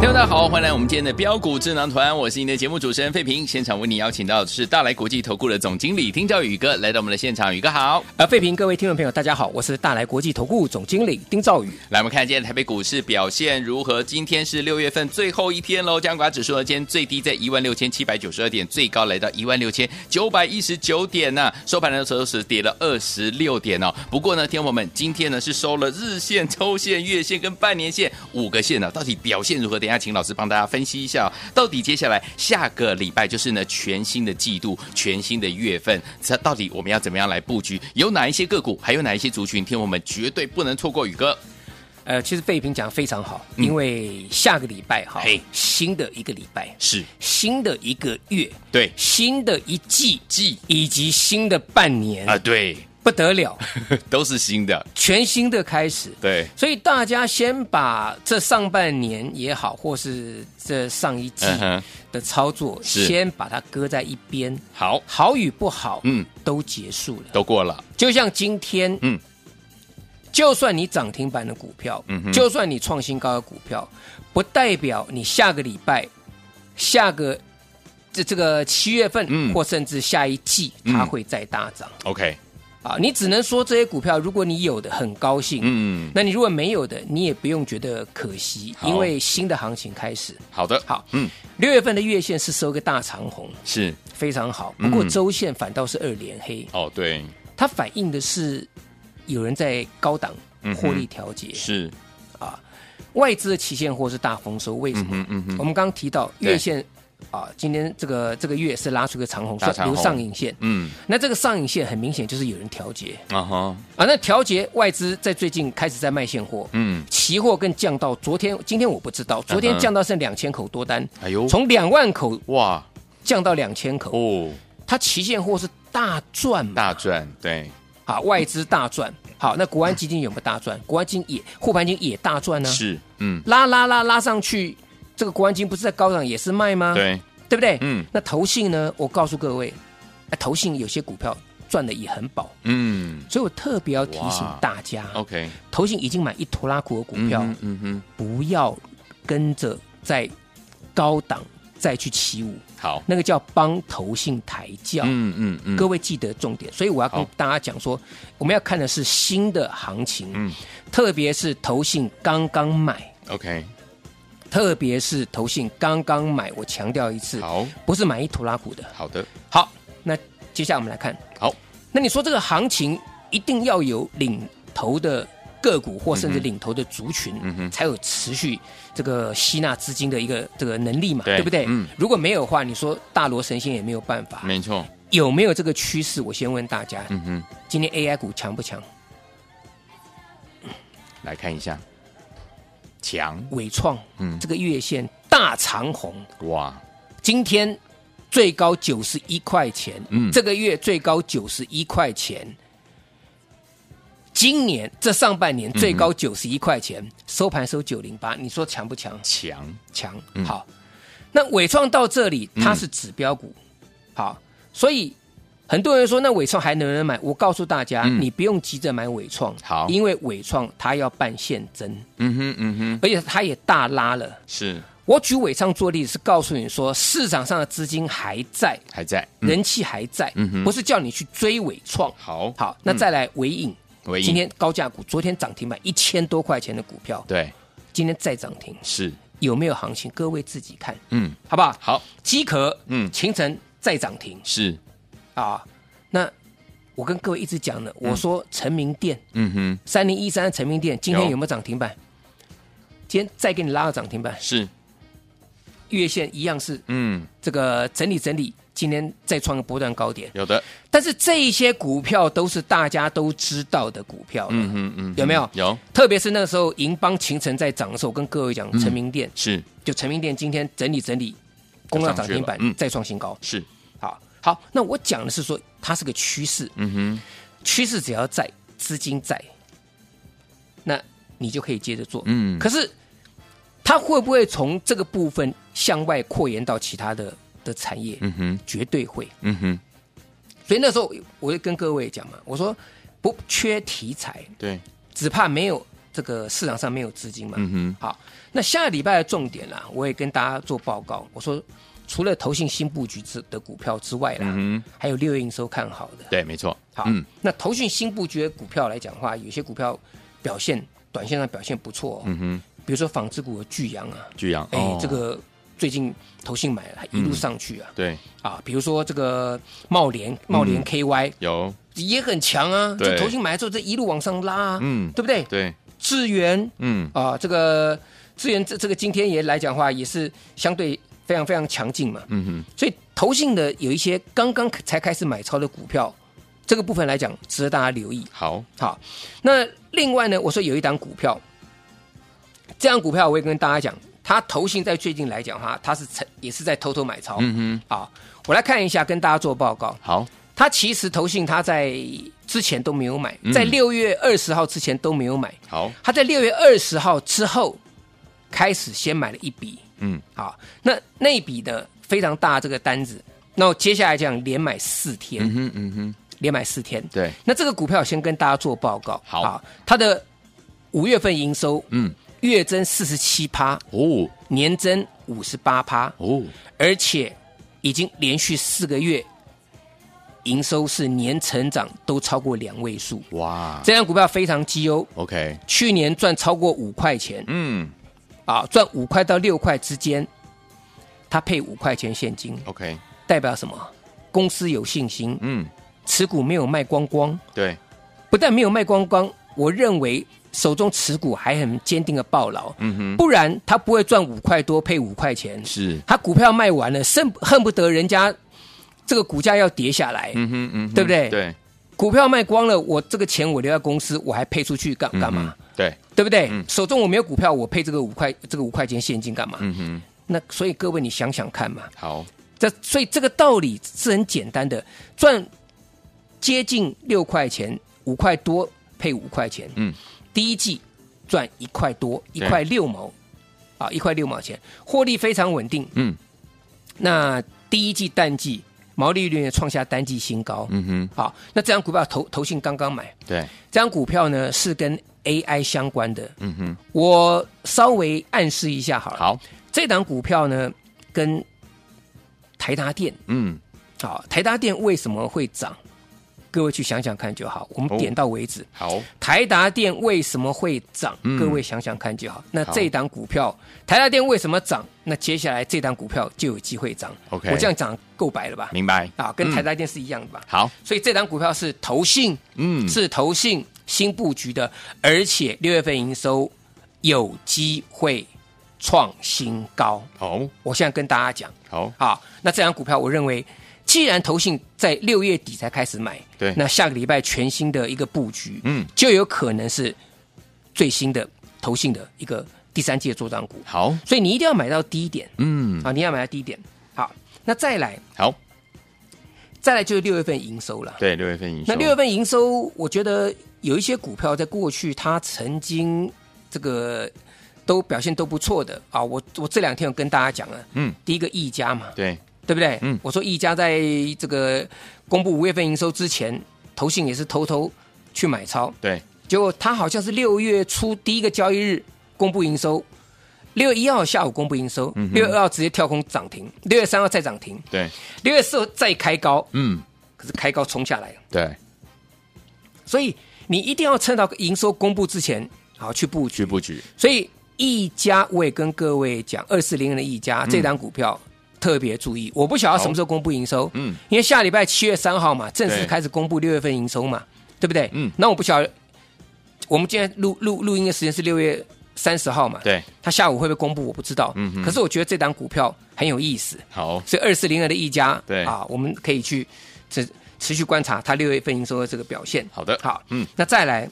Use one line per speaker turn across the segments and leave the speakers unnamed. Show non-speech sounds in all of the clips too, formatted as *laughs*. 听众大家好，欢迎来我们今天的标股智囊团，我是您的节目主持人费平。现场为你邀请到的是大来国际投顾的总经理丁兆宇哥来到我们的现场，宇哥好。
呃，费评各位听众朋友，大家好，我是大来国际投顾总经理丁兆宇。
来，我们看今天台北股市表现如何？今天是六月份最后一天喽，加权指数呢，今天最低在一万六千七百九十二点，最高来到一万六千九百一十九点呐、收盘的时候是跌了二十六点哦。不过呢，天友们，今天呢是收了日线、周线、月线跟半年线五个线呢、到底表现如何？等一下请老师帮大家分析一下、哦，到底接下来下个礼拜就是呢全新的季度、全新的月份，这到底我们要怎么样来布局？有哪一些个股，还有哪一些族群，天友们绝对不能错过，宇哥。
呃，其实费评讲得非常好，
嗯
因为下个礼拜哈
嘿，
新的一个礼拜，
是
新的一个月，
对
新的一季，
季
以及新的半年，
啊，对， *laughs*
不得了，
都是新的，
全新的开始。
对，
所以大家先把这上半年也好，或是这上一季
嗯哼
的操作，
是
先把它搁在一边，
好，
好与不好，
嗯，
都结束了。
都过了，
就像今天，
嗯
嗯，就算你涨停板的股票，
嗯哼
就算你创新高的股票，不代表你下个礼拜、下个这这个七月份，
嗯
或甚至下一季，
嗯
它会再大涨、
，OK，
啊！你只能说这些股票，如果你有的很高兴，
嗯，
那你如果没有的，你也不用觉得可惜，
好
因为新的行情开始。
好的，
好，
嗯，
六月份的月线是收个大长红，
是，
非常好。不过
嗯
周线反倒是二连黑，
哦，对，
它反映的是有人在高档
嗯哼
获利调节，
是，
外资的期现货是大丰收，为什么？
嗯哼嗯哼
我们刚刚提到
对
月线啊，今天这个这个月是拉出一个长红，
大长
算
红
留上影线。
嗯，
那这个上影线很明显就是有人调节
啊哈，
啊，那调节外资在最近开始在卖现货，
嗯，
期货更降到昨天，今天我不知道，昨
嗯
天
哼
降到剩两千口多单，
哎呦，
从两万口
哇，
降到两千口，
哦，
它期现货是大赚嘛，
大赚，对，
啊，外资大赚。好，那国安基金有没有大赚？国安基金也护盘金也大赚呢、
是，嗯，
拉拉拉拉上去，这个国安金不是在高档也是卖吗？，
对，
对不对？
嗯
那投信呢？我告诉各位，啊、投信有些股票赚的也很饱，
嗯
所以我特别要提醒
哇
大家，
，OK，
投信已经买一拖拉股的股票，
嗯哼嗯哼，
不要跟着在高档再去起舞，
好，
那个叫帮投信抬轿。
嗯嗯嗯，
各位记得重点，所以我要跟
好
大家讲说，我们要看的是新的行情，
嗯
特别是投信刚刚买，
，OK，
特别是投信刚刚买，我强调一次，
好，
不是买一图拉股的。
好的，
好，那接下来我们来看，
好，
那你说这个行情一定要有领头的个股，或甚至领头的族群，
嗯哼
才有持续这个吸纳资金的一个这个能力嘛，
对
不对？
嗯
如果没有的话，你说大罗神仙也没有办法。
没错，
有没有这个趋势？我先问大家，
嗯哼，
今天 AI 股强不强？
来看一下，强，
伟创，
嗯
这个月线大长红，
哇，
今天最高九十一块钱，
嗯
这个月最高九十一块钱，今年这上半年最
嗯
高九十一块钱，收盘收九零八，你说强不强？
强，
强，
嗯
好。那伟创到这里，它是指标股，好，所以。很多人说，那伟创还能不能买？我告诉大家，
嗯
你不用急着买伟创，
好
因为伟创它要办现增，
嗯哼嗯哼，
而且它也大拉了。
是，
我举伟创做例子，是告诉你说市场上的资金还在，
还在，嗯
人气还在，
嗯哼
不是叫你去追伟创。
好，
好，那
嗯
再来伟影，
尾影
今天高价股，昨天涨停板一千多块钱的股票，
对，
今天再涨停，
是，
有没有行情？各位自己看，
嗯，
好不好？
好，
机壳，
嗯
嗯，秦晨再涨停
是，
啊。那我跟各位一直讲的，我说成名店
嗯哼，
三零一三成名店今天
有
有没有涨停板？今天再给你拉到涨停板，
是，
月线一样是
嗯，
这个整理整理，今天再创个波段高点。
有的，
但是这一些股票都是大家都知道的股票了，
嗯嗯嗯，
有没有
有，
特别是那时候银邦、秦城在涨的时候，我跟各位讲，成名店、
是
就成名店今天整理整理，攻到涨停
就上
板
去了嗯，
再创新高。
是，
好，好，那我讲的是说它是个趋势，
嗯哼，
趋势只要在，资金在，那你就可以接着做。
嗯
可是它会不会从这个部分向外扩延到其他的的产业？
嗯哼，
绝对会。
嗯哼，
所以那时候我就跟各位讲嘛，我说不缺题材，
对，
只怕没有这个市场上没有资金嘛。
嗯哼，
好，那下礼拜的重点啦，我也跟大家做报告。我说，除了投信新布局之的股票之外啦，
嗯
还有六月营收看好的。
对，没错，
好，
嗯，
那投信新布局的股票来讲的话，有些股票表现短线上表现不错、哦，
嗯哼，
比如说纺织股的巨阳啊，
巨阳，
哎、
哦嗯
这，个最近投信买了，还一路上去啊。
对，
啊，比如说这个茂联，茂
嗯
联 KY、
有，
也很强啊，
对
就投信买了之后，这一路往上拉、啊，
嗯，
对不对？
对，
智源
嗯，
啊，这个资源这这个今天也来讲话也是相对非常非常强劲嘛，
嗯哼，
所以投信的有一些刚刚才开始买超的股票，这个部分来讲值得大家留意。
好，
好，那另外呢，我说有一档股票，这样股票我也跟大家讲，它投信在最近来讲哈，它是成也是在偷偷买超。
嗯
啊，我来看一下，跟大家做报告。
哼，好，
它其实投信它在之前都没有买
嗯，
在六月二十号之前都没有买，
好，
他在六月二十号之后开始先买了一笔，
嗯，
好，那那一笔呢非常大这个单子，那我接下来讲连买四天，
嗯哼，嗯哼，
连买四天，
对，
那这个股票先跟大家做报告，
好
啊，它的五月份营收
嗯，
月增四十七趴，
哦，
年增五十八趴，
哦，
而且已经连续四个月营收是年成长都超过两位数，
哇
这样股票非常绩优，
，OK，
去年赚超过五块钱，
嗯
啊，赚五块到六块之间，他配五块钱现金，
，OK，
代表什么？公司有信心，
嗯，
持股没有卖光光，
对，
不但没有卖光光，我认为手中持股还很坚定的抱牢，
嗯哼，
不然他不会赚五块多配五块钱，
是，
他股票卖完了，恨恨不得人家这个股价要跌下来，
嗯哼，嗯哼，
对不对
对，
股票卖光了，我这个钱我留在公司，我还配出去干干嘛？
嗯哼？对，
对不对？
嗯
手中我没有股票，我配这个五块这个五块钱现金干嘛？
嗯哼，
那所以各位你想想看嘛，
好，
这所以这个道理是很简单的，赚接近六块钱，五块多配五块钱，
嗯，
第一季赚一块多，一
对
块六毛，啊，一块六毛钱，获利非常稳定。
嗯
那第一季淡季毛利率也创下单季新高，
嗯哼，
好，那这张股票投投信刚刚买，
对，
这张股票呢是跟 AI 相关的，
嗯哼，
我稍微暗示一下好了，
好，
这档股票呢跟台达电。
嗯，
好，啊台达电为什么会涨？各位去想想看就好。我
哦
们点到为止。
好，
台达电为什么会涨？
嗯
各位想想看就好。那
好
这档股票，台达电为什么涨？那接下来这档股票就有机会涨。
OK
我这样讲够白了吧？
明白，
啊，跟台
嗯
达电是一样的吧？
好，
所以这档股票是投信，
嗯，
是投信新布局的，而且六月份营收有机会创新高。
好，
我现在跟大家讲。
好，
好，那这张股票我认为，既然投信在六月底才开始买，
对
那下个礼拜全新的一个布局，
嗯，
就有可能是最新的投信的一个第三季的做账股，
好，
所以你一定要买到低点
嗯，
啊，你要买到低点。好，那再来，
好，
再来就是六月份营收了。
对，六月份营收，
那六月份营收，我觉得有一些股票在过去它曾经这个都表现都不错的啊，我我这两天有跟大家讲了，
嗯，
第一个易家嘛，
对，
对不对？
嗯
我说一家在这个公布五月份营收之前，投信也是偷偷去买超，
对，
结果他好像是六月初第一个交易日公布营收，六月一号下午公布营收，
嗯哼
六、月二号直接跳空涨停，六月三号再涨停，
对，
六月四号再开高，
嗯，
可是开高冲下来了，
对，
所以你一定要趁到营收公布之前，好去布
去
局。
布局，
所以一家我也跟各位讲，二四零的一家
嗯
这档股票。特别注意，我不晓得什么时候公布营收，
嗯，
因为下礼拜七月三号嘛，正
对
式开始公布六月份营收嘛，对不对？
嗯
那我不晓得，我们今天录录录音的时间是六月三十号嘛，
对，
它下午会不会公布我不知道，
嗯哼
可是我觉得这档股票很有意思，
好，
所以二四零二的一家，
对
啊，我们可以去持持续观察它六月份营收的这个表现。
好的
好，
嗯
嗯，那再来，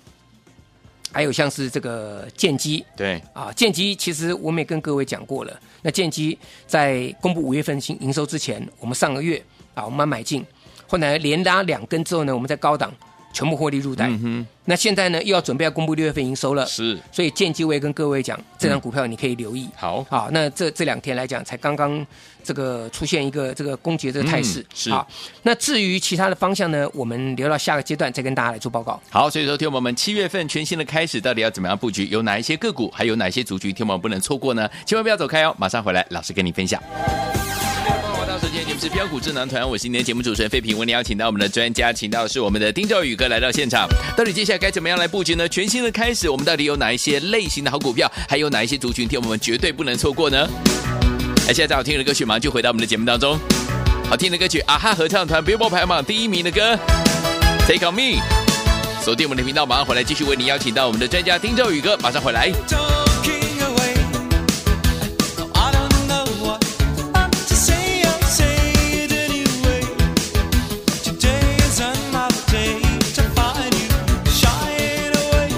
还有像是这个剑机
对，
啊，剑机其实我们也跟各位讲过了，那剑机在公布五月份新营收之前，我们上个月啊我们买进，后来连拉两根之后呢，我们在高档全部获利入袋。
嗯
那现在呢，又要准备要公布六月份营收了
哼，，是，嗯
所以剑机我也跟各位讲，这张股票你可以留意。
好，
啊，那这这两天来讲，才刚刚这个出现一个这个攻击的这个态势
嗯，是
啊。那至于其他的方向呢，我们留到下个阶段再跟大家来做报告。
好，所以说，听我们七月份全新的开始，到底要怎么样布局？有哪一些个股，还有哪些族群，听我们不能错过呢？千万不要走开哦，马上回来，老师跟你分享。欢迎回到时间节目是标股智囊团，我是今天节目主持人费平。我们邀请到我们的专家，请到的是我们的丁兆宇哥来到现场。到底接下来该怎么样来布局呢？全新的开始，我们到底有哪一些类型的好股票，还有哪一些族群，听我们绝对不能错过呢？那现在最好听的歌曲，马上就回到我们的节目当中。好听的歌曲，啊哈合唱团 Billboard 排行榜第一名的歌《Take on Me》。锁定我们的频道，马上回来继续为您邀请到我们的专家丁兆宇哥，马上回来。
talking away. No, I don't know what I'm to say. I'll say it anyway. Today is another day to find you shying away.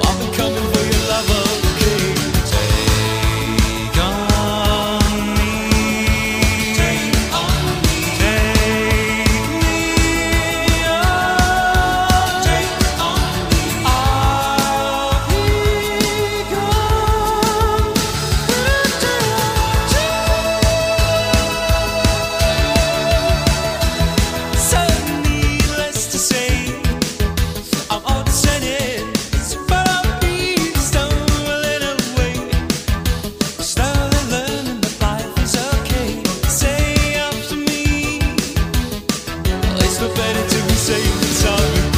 I'll be coming for your love, okay? Take on me. Take on me. Take me on. Take on me. Better to be safe than sorry.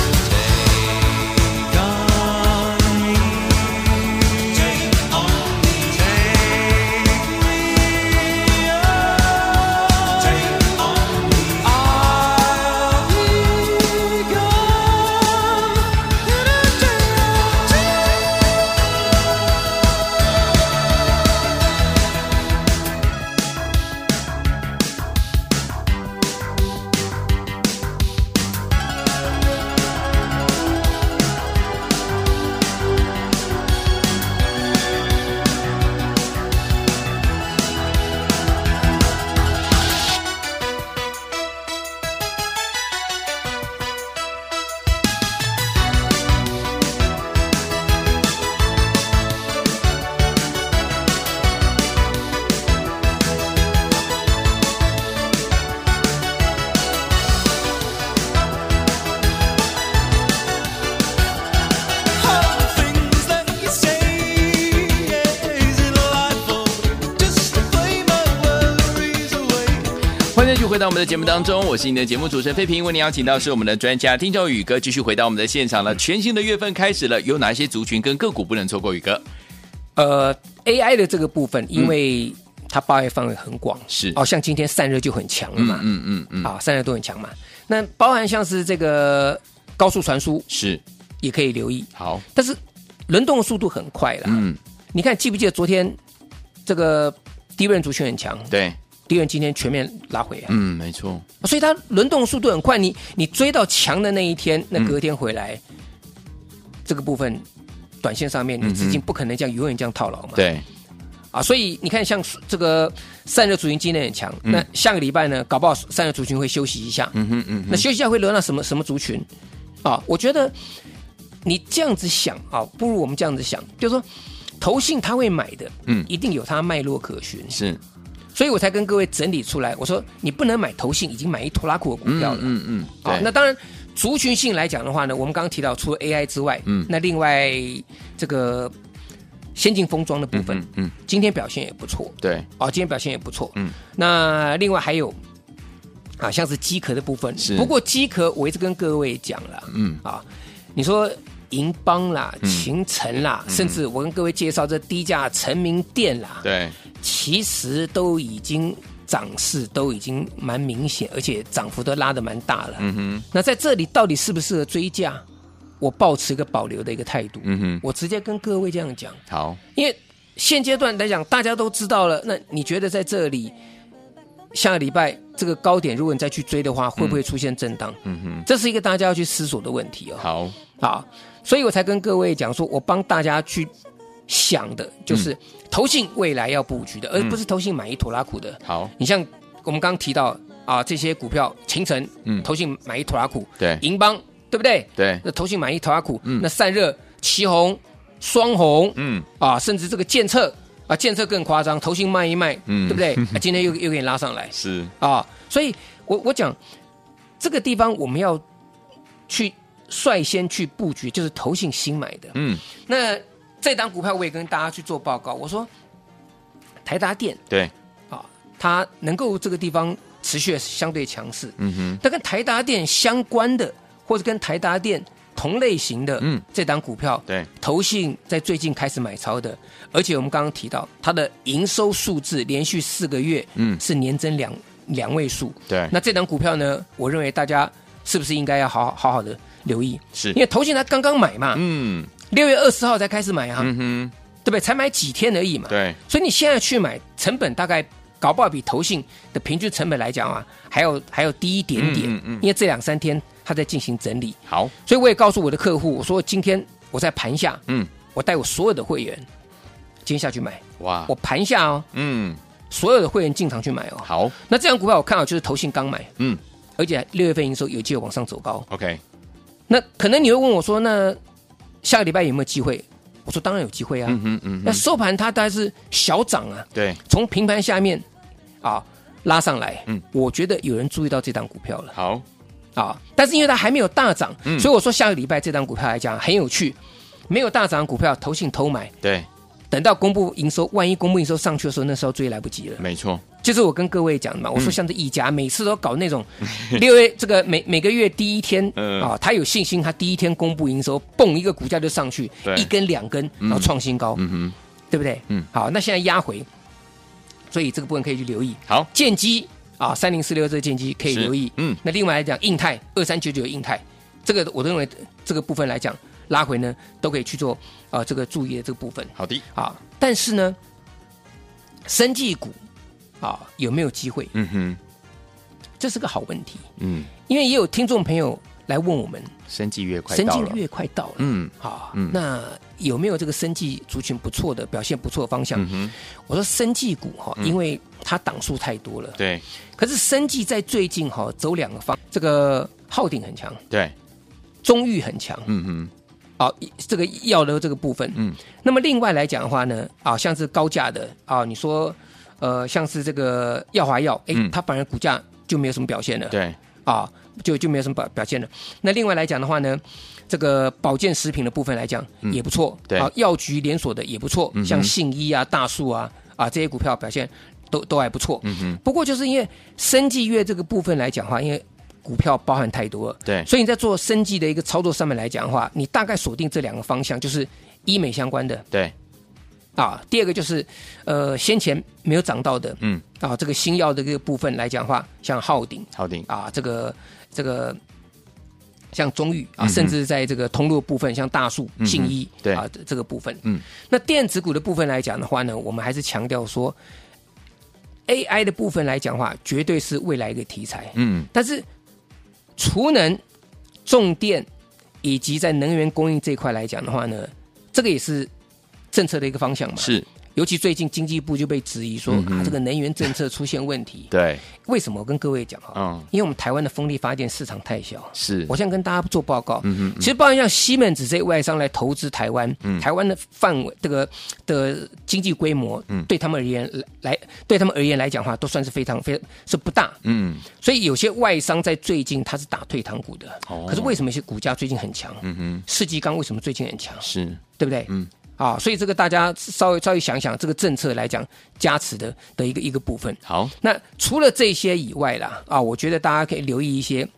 Just to play my worries away.
欢迎继续回到我们的节目当中，我是你的节目主持人费平，为您邀请到是我们的专家丁兆宇哥，继续回到我们的现场了。全新的月份开始了，有哪一些族群跟个股不能错过？宇哥
呃，AI 的这个部分，因为它包含范围很广，
嗯是
哦，像今天散热就很强了
嗯
嘛，
嗯嗯嗯，
啊，散热都很强嘛。那包含像是这个高速传输
是
也可以留意，
好，
但是轮动的速度很快啦。
嗯，
你看记不记得昨天这个低润族群很强，
对，
低润今天全面拉回啊。
嗯，没错，
所以它轮动速度很快。你你追到强的那一天，那隔天回来，这个部分短线上面，
嗯
你
哼
资金不可能这样永远这样套牢嘛。
对，
啊，所以你看，像这个散热族群今天很强，那下个礼拜呢，搞不好散热族群会休息一下。
嗯哼嗯哼，
那休息一下会轮到什么什么族群？啊，我觉得你这样子想啊，不如我们这样子想，就是说。投信他会买的，
嗯
一定有它脉络可循，
是，
所以我才跟各位整理出来。我说你不能买投信已经买一拖拉股的股
嗯
票了，
嗯嗯，
好，
对，
那当然，族群性来讲的话呢，我们刚刚提到，除了 AI 之外，
嗯
嗯，那另外这个先进封装的部分，
嗯嗯，
今天表现也不错
对，
啊、今天表现也不错，
嗯
嗯，那另外还有啊，像是机壳的部分，
是
不过机壳我一直跟各位讲了，
嗯
啊，你说。银邦啦，秦城啦，甚至我跟各位介绍这低价成名店
嗯
啦，
对，
其实都已经涨势都已经蛮明显，而且涨幅都拉得蛮大了。
嗯哼，
那在这里到底适不适合追价？我抱持一个保留的一个态度。
嗯哼
我直接跟各位这样讲，
好，
因为现阶段来讲，大家都知道了。那你觉得在这里下个礼拜这个高点，如果你再去追的话，会不会出现震荡？
嗯哼，
这是一个大家要去思索的问题哦。
好，
好，所以我才跟各位讲说，我帮大家去想的
嗯
就是投信未来要布局的，而不是投信买一拖拉苦的。
好，
你像我们刚刚提到啊，这些股票，秦城，
嗯
嗯，投信买一拖拉苦，
对
银邦，对不对？
对，
那投信买一拖拉苦，
嗯
那散热、旗红、双红，
嗯，
啊，甚至这个建策啊，建策更夸张，投信卖一卖，
嗯 *laughs*
对不对？啊、今天又又给你拉上来
是，
啊，所以我我讲这个地方我们要去率先去布局，就是投信新买的。
嗯，
那这档股票我也跟大家去做报告，我说台达电
对，
啊，它能够这个地方持续地相对强势，
嗯哼，
那跟台达电相关的，或者跟台达电同类型的，
嗯
嗯，这档股票，
对，
投信在最近开始买超的，而且我们刚刚提到它的营收数字连续四个月，
嗯
嗯，是年增两两位数。
对，
那这档股票呢，我认为大家是不是应该要好好好的留意？
是
因，为投信它刚刚买嘛，
嗯，
六月二十号才开始买啊，
嗯哼，
对不对？才买几天而已嘛，
对，
所以你现在去买，成本大概搞不好比投信的平均成本来讲啊，还要还要低一点点，
嗯嗯嗯
因为这两三天它在进行整理，
好，
所以我也告诉我的客户，我说今天我在盘下，
嗯，
我带我所有的会员今天下去买，
哇
我，盘下哦，
嗯，
所有的会员进场去买哦。
好，
那这样股票我看好就是投信刚买，
嗯，
而且六月份营收有机会往上走高。
，OK，
那可能你会问我说，那下个礼拜有没有机会？我说当然有机会啊。
嗯哼，嗯
那
哼，
收盘它大概是小涨啊，
对，
从平盘下面啊拉上来，
嗯
嗯，我觉得有人注意到这档股票了
好，
啊，但是因为它还没有大涨，
嗯
所以我说下个礼拜这档股票来讲很有趣，没有大涨的股票投信偷买，
对，
等到公布营收，万一公布营收上去的时候，那时候追来不及了。
没错，
就是我跟各位讲的
嗯
嘛，我说像这一家、每次都
*laughs*
搞那种六月这个每每个月第一天
嗯
啊，他有信心，他第一天公布营收，蹦一个股价就上去
对，
一根两根，然后创新高，
嗯哼，
对不对？
嗯
嗯，好，那现在压回，所以这个部分可以去留意。
好，
剑机啊，三零四六这个剑机可以
是
留意。
嗯
嗯，那另外来讲，印泰二三九九印泰，这个我认为这个部分来讲，拉回呢都可以去做呃这个注意的这个部分
好的，
啊。但是呢，生技股啊有没有机会？
嗯哼，
这是个好问题，
嗯，
因为也有听众朋友来问我们，
生计月快
神
到
经
了，
月快到了。
嗯
啊，
嗯
那有没有这个生技族群不错的表现不错的方向？
嗯哼，嗯
我说生技股哈，因为它档数太多了，
对，
可是生技在最近哈走两个方，这个昊鼎很强，
对，
中裕很强
嗯哼，
啊，这个药的这个部分。
嗯，
那么另外来讲的话呢，啊，像是高价的啊，你说呃，像是这个药华药，哎
嗯，
它反而股价就没有什么表现了，
对，
啊，就就没有什么表表现了。那另外来讲的话呢，这个保健食品的部分来讲
嗯
也不错，
对
啊，药局连锁的也不错
嗯，哼
像信医啊、大树啊啊这些股票表现都都还不错。
嗯哼，
不过就是因为生技月这个部分来讲的话，因为股票包含太多了，
对
所以你在做生技的一个操作上面来讲的话，你大概锁定这两个方向，就是医美相关的
对，
啊，第二个就是呃先前没有涨到的
嗯，
啊这个新药的这个部分来讲的话，像昊鼎
好的，
啊这个这个。像中裕
嗯
啊，
哼
甚至在这个通路部分，像大树、
嗯哼
信医，
对
啊，这这个部分，
嗯，
那电子股的部分来讲的话呢，我们还是强调说，AI 的部分来讲的话，绝对是未来一个题材。
嗯，
但是储能、重电以及在能源供应这一块来讲的话呢，这个也是政策的一个方向嘛。，
是，
尤其最近经济部就被质疑说、
嗯哼
啊，这个能源政策出现问题。
对，
为什么？我跟各位讲哈、
嗯，
因为我们台湾的风力发电市场太小。
是
我，现在跟大家做报告，
嗯哼嗯
其实包含像西门子这些外商来投资台湾，
嗯
台湾的范围这个的经济规模，
嗯
对他们而言来对他们而言来讲的话，都算是非常非常是不大，
嗯，
所以有些外商在最近它是打退堂鼓的。
哦
可是为什么一些股价最近很强？
嗯哼，
世纪钢为什么最近很强？
是，
对不对？
嗯。
啊，所以这个大家稍微稍微想想，这个政策来讲加持的的一个一个部分。
好，
那除了这些以外啦，啊，我觉得大家可以留意一些，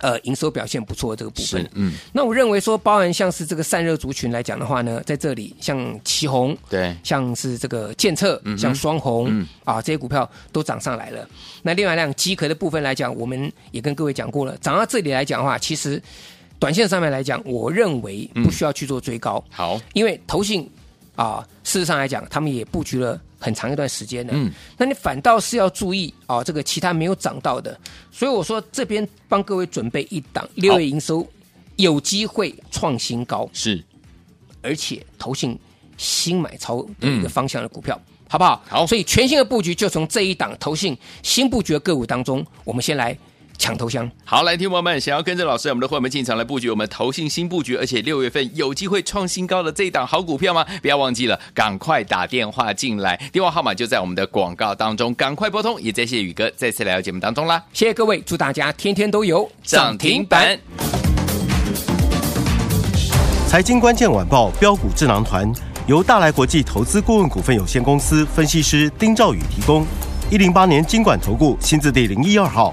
呃，营收表现不错的这个部分
是。，嗯，
那我认为说，包含像是这个散热族群来讲的话呢，在这里像旗红，
对，
像是这个建策，
嗯哼
像双红、
嗯
啊，这些股票都涨上来了。那另外两机壳的部分来讲，我们也跟各位讲过了，涨到这里来讲的话，其实短线上面来讲，我认为
嗯
不需要去做追高，
好，
因为投信啊，事实上来讲，他们也布局了很长一段时间了。
嗯，
那你反倒是要注意啊，这个其他没有涨到的。所以我说这边帮各位准备一档六月营收有机会创新高，
是
而且投信新买超的一
嗯
个方向的股票。好不好？
好
所以全新的布局就从这一档投信新布局的个股当中，我们先来抢头香。
好，来，听众朋友们，想要跟着老师我们的会员们进场来布局我们投信新布局，而且六月份有机会创新高的这一档好股票吗？不要忘记了，赶快打电话进来，电话号码就在我们的广告当中，赶快拨通。也谢谢宇哥再次来到节目当中啦，
谢谢各位，祝大家天天都有
涨停板。
财经关键晚报标股智囊团由大来国际投资顾问股份有限公司分析师丁兆宇提供。一零八年经管投顾新字第零一二号。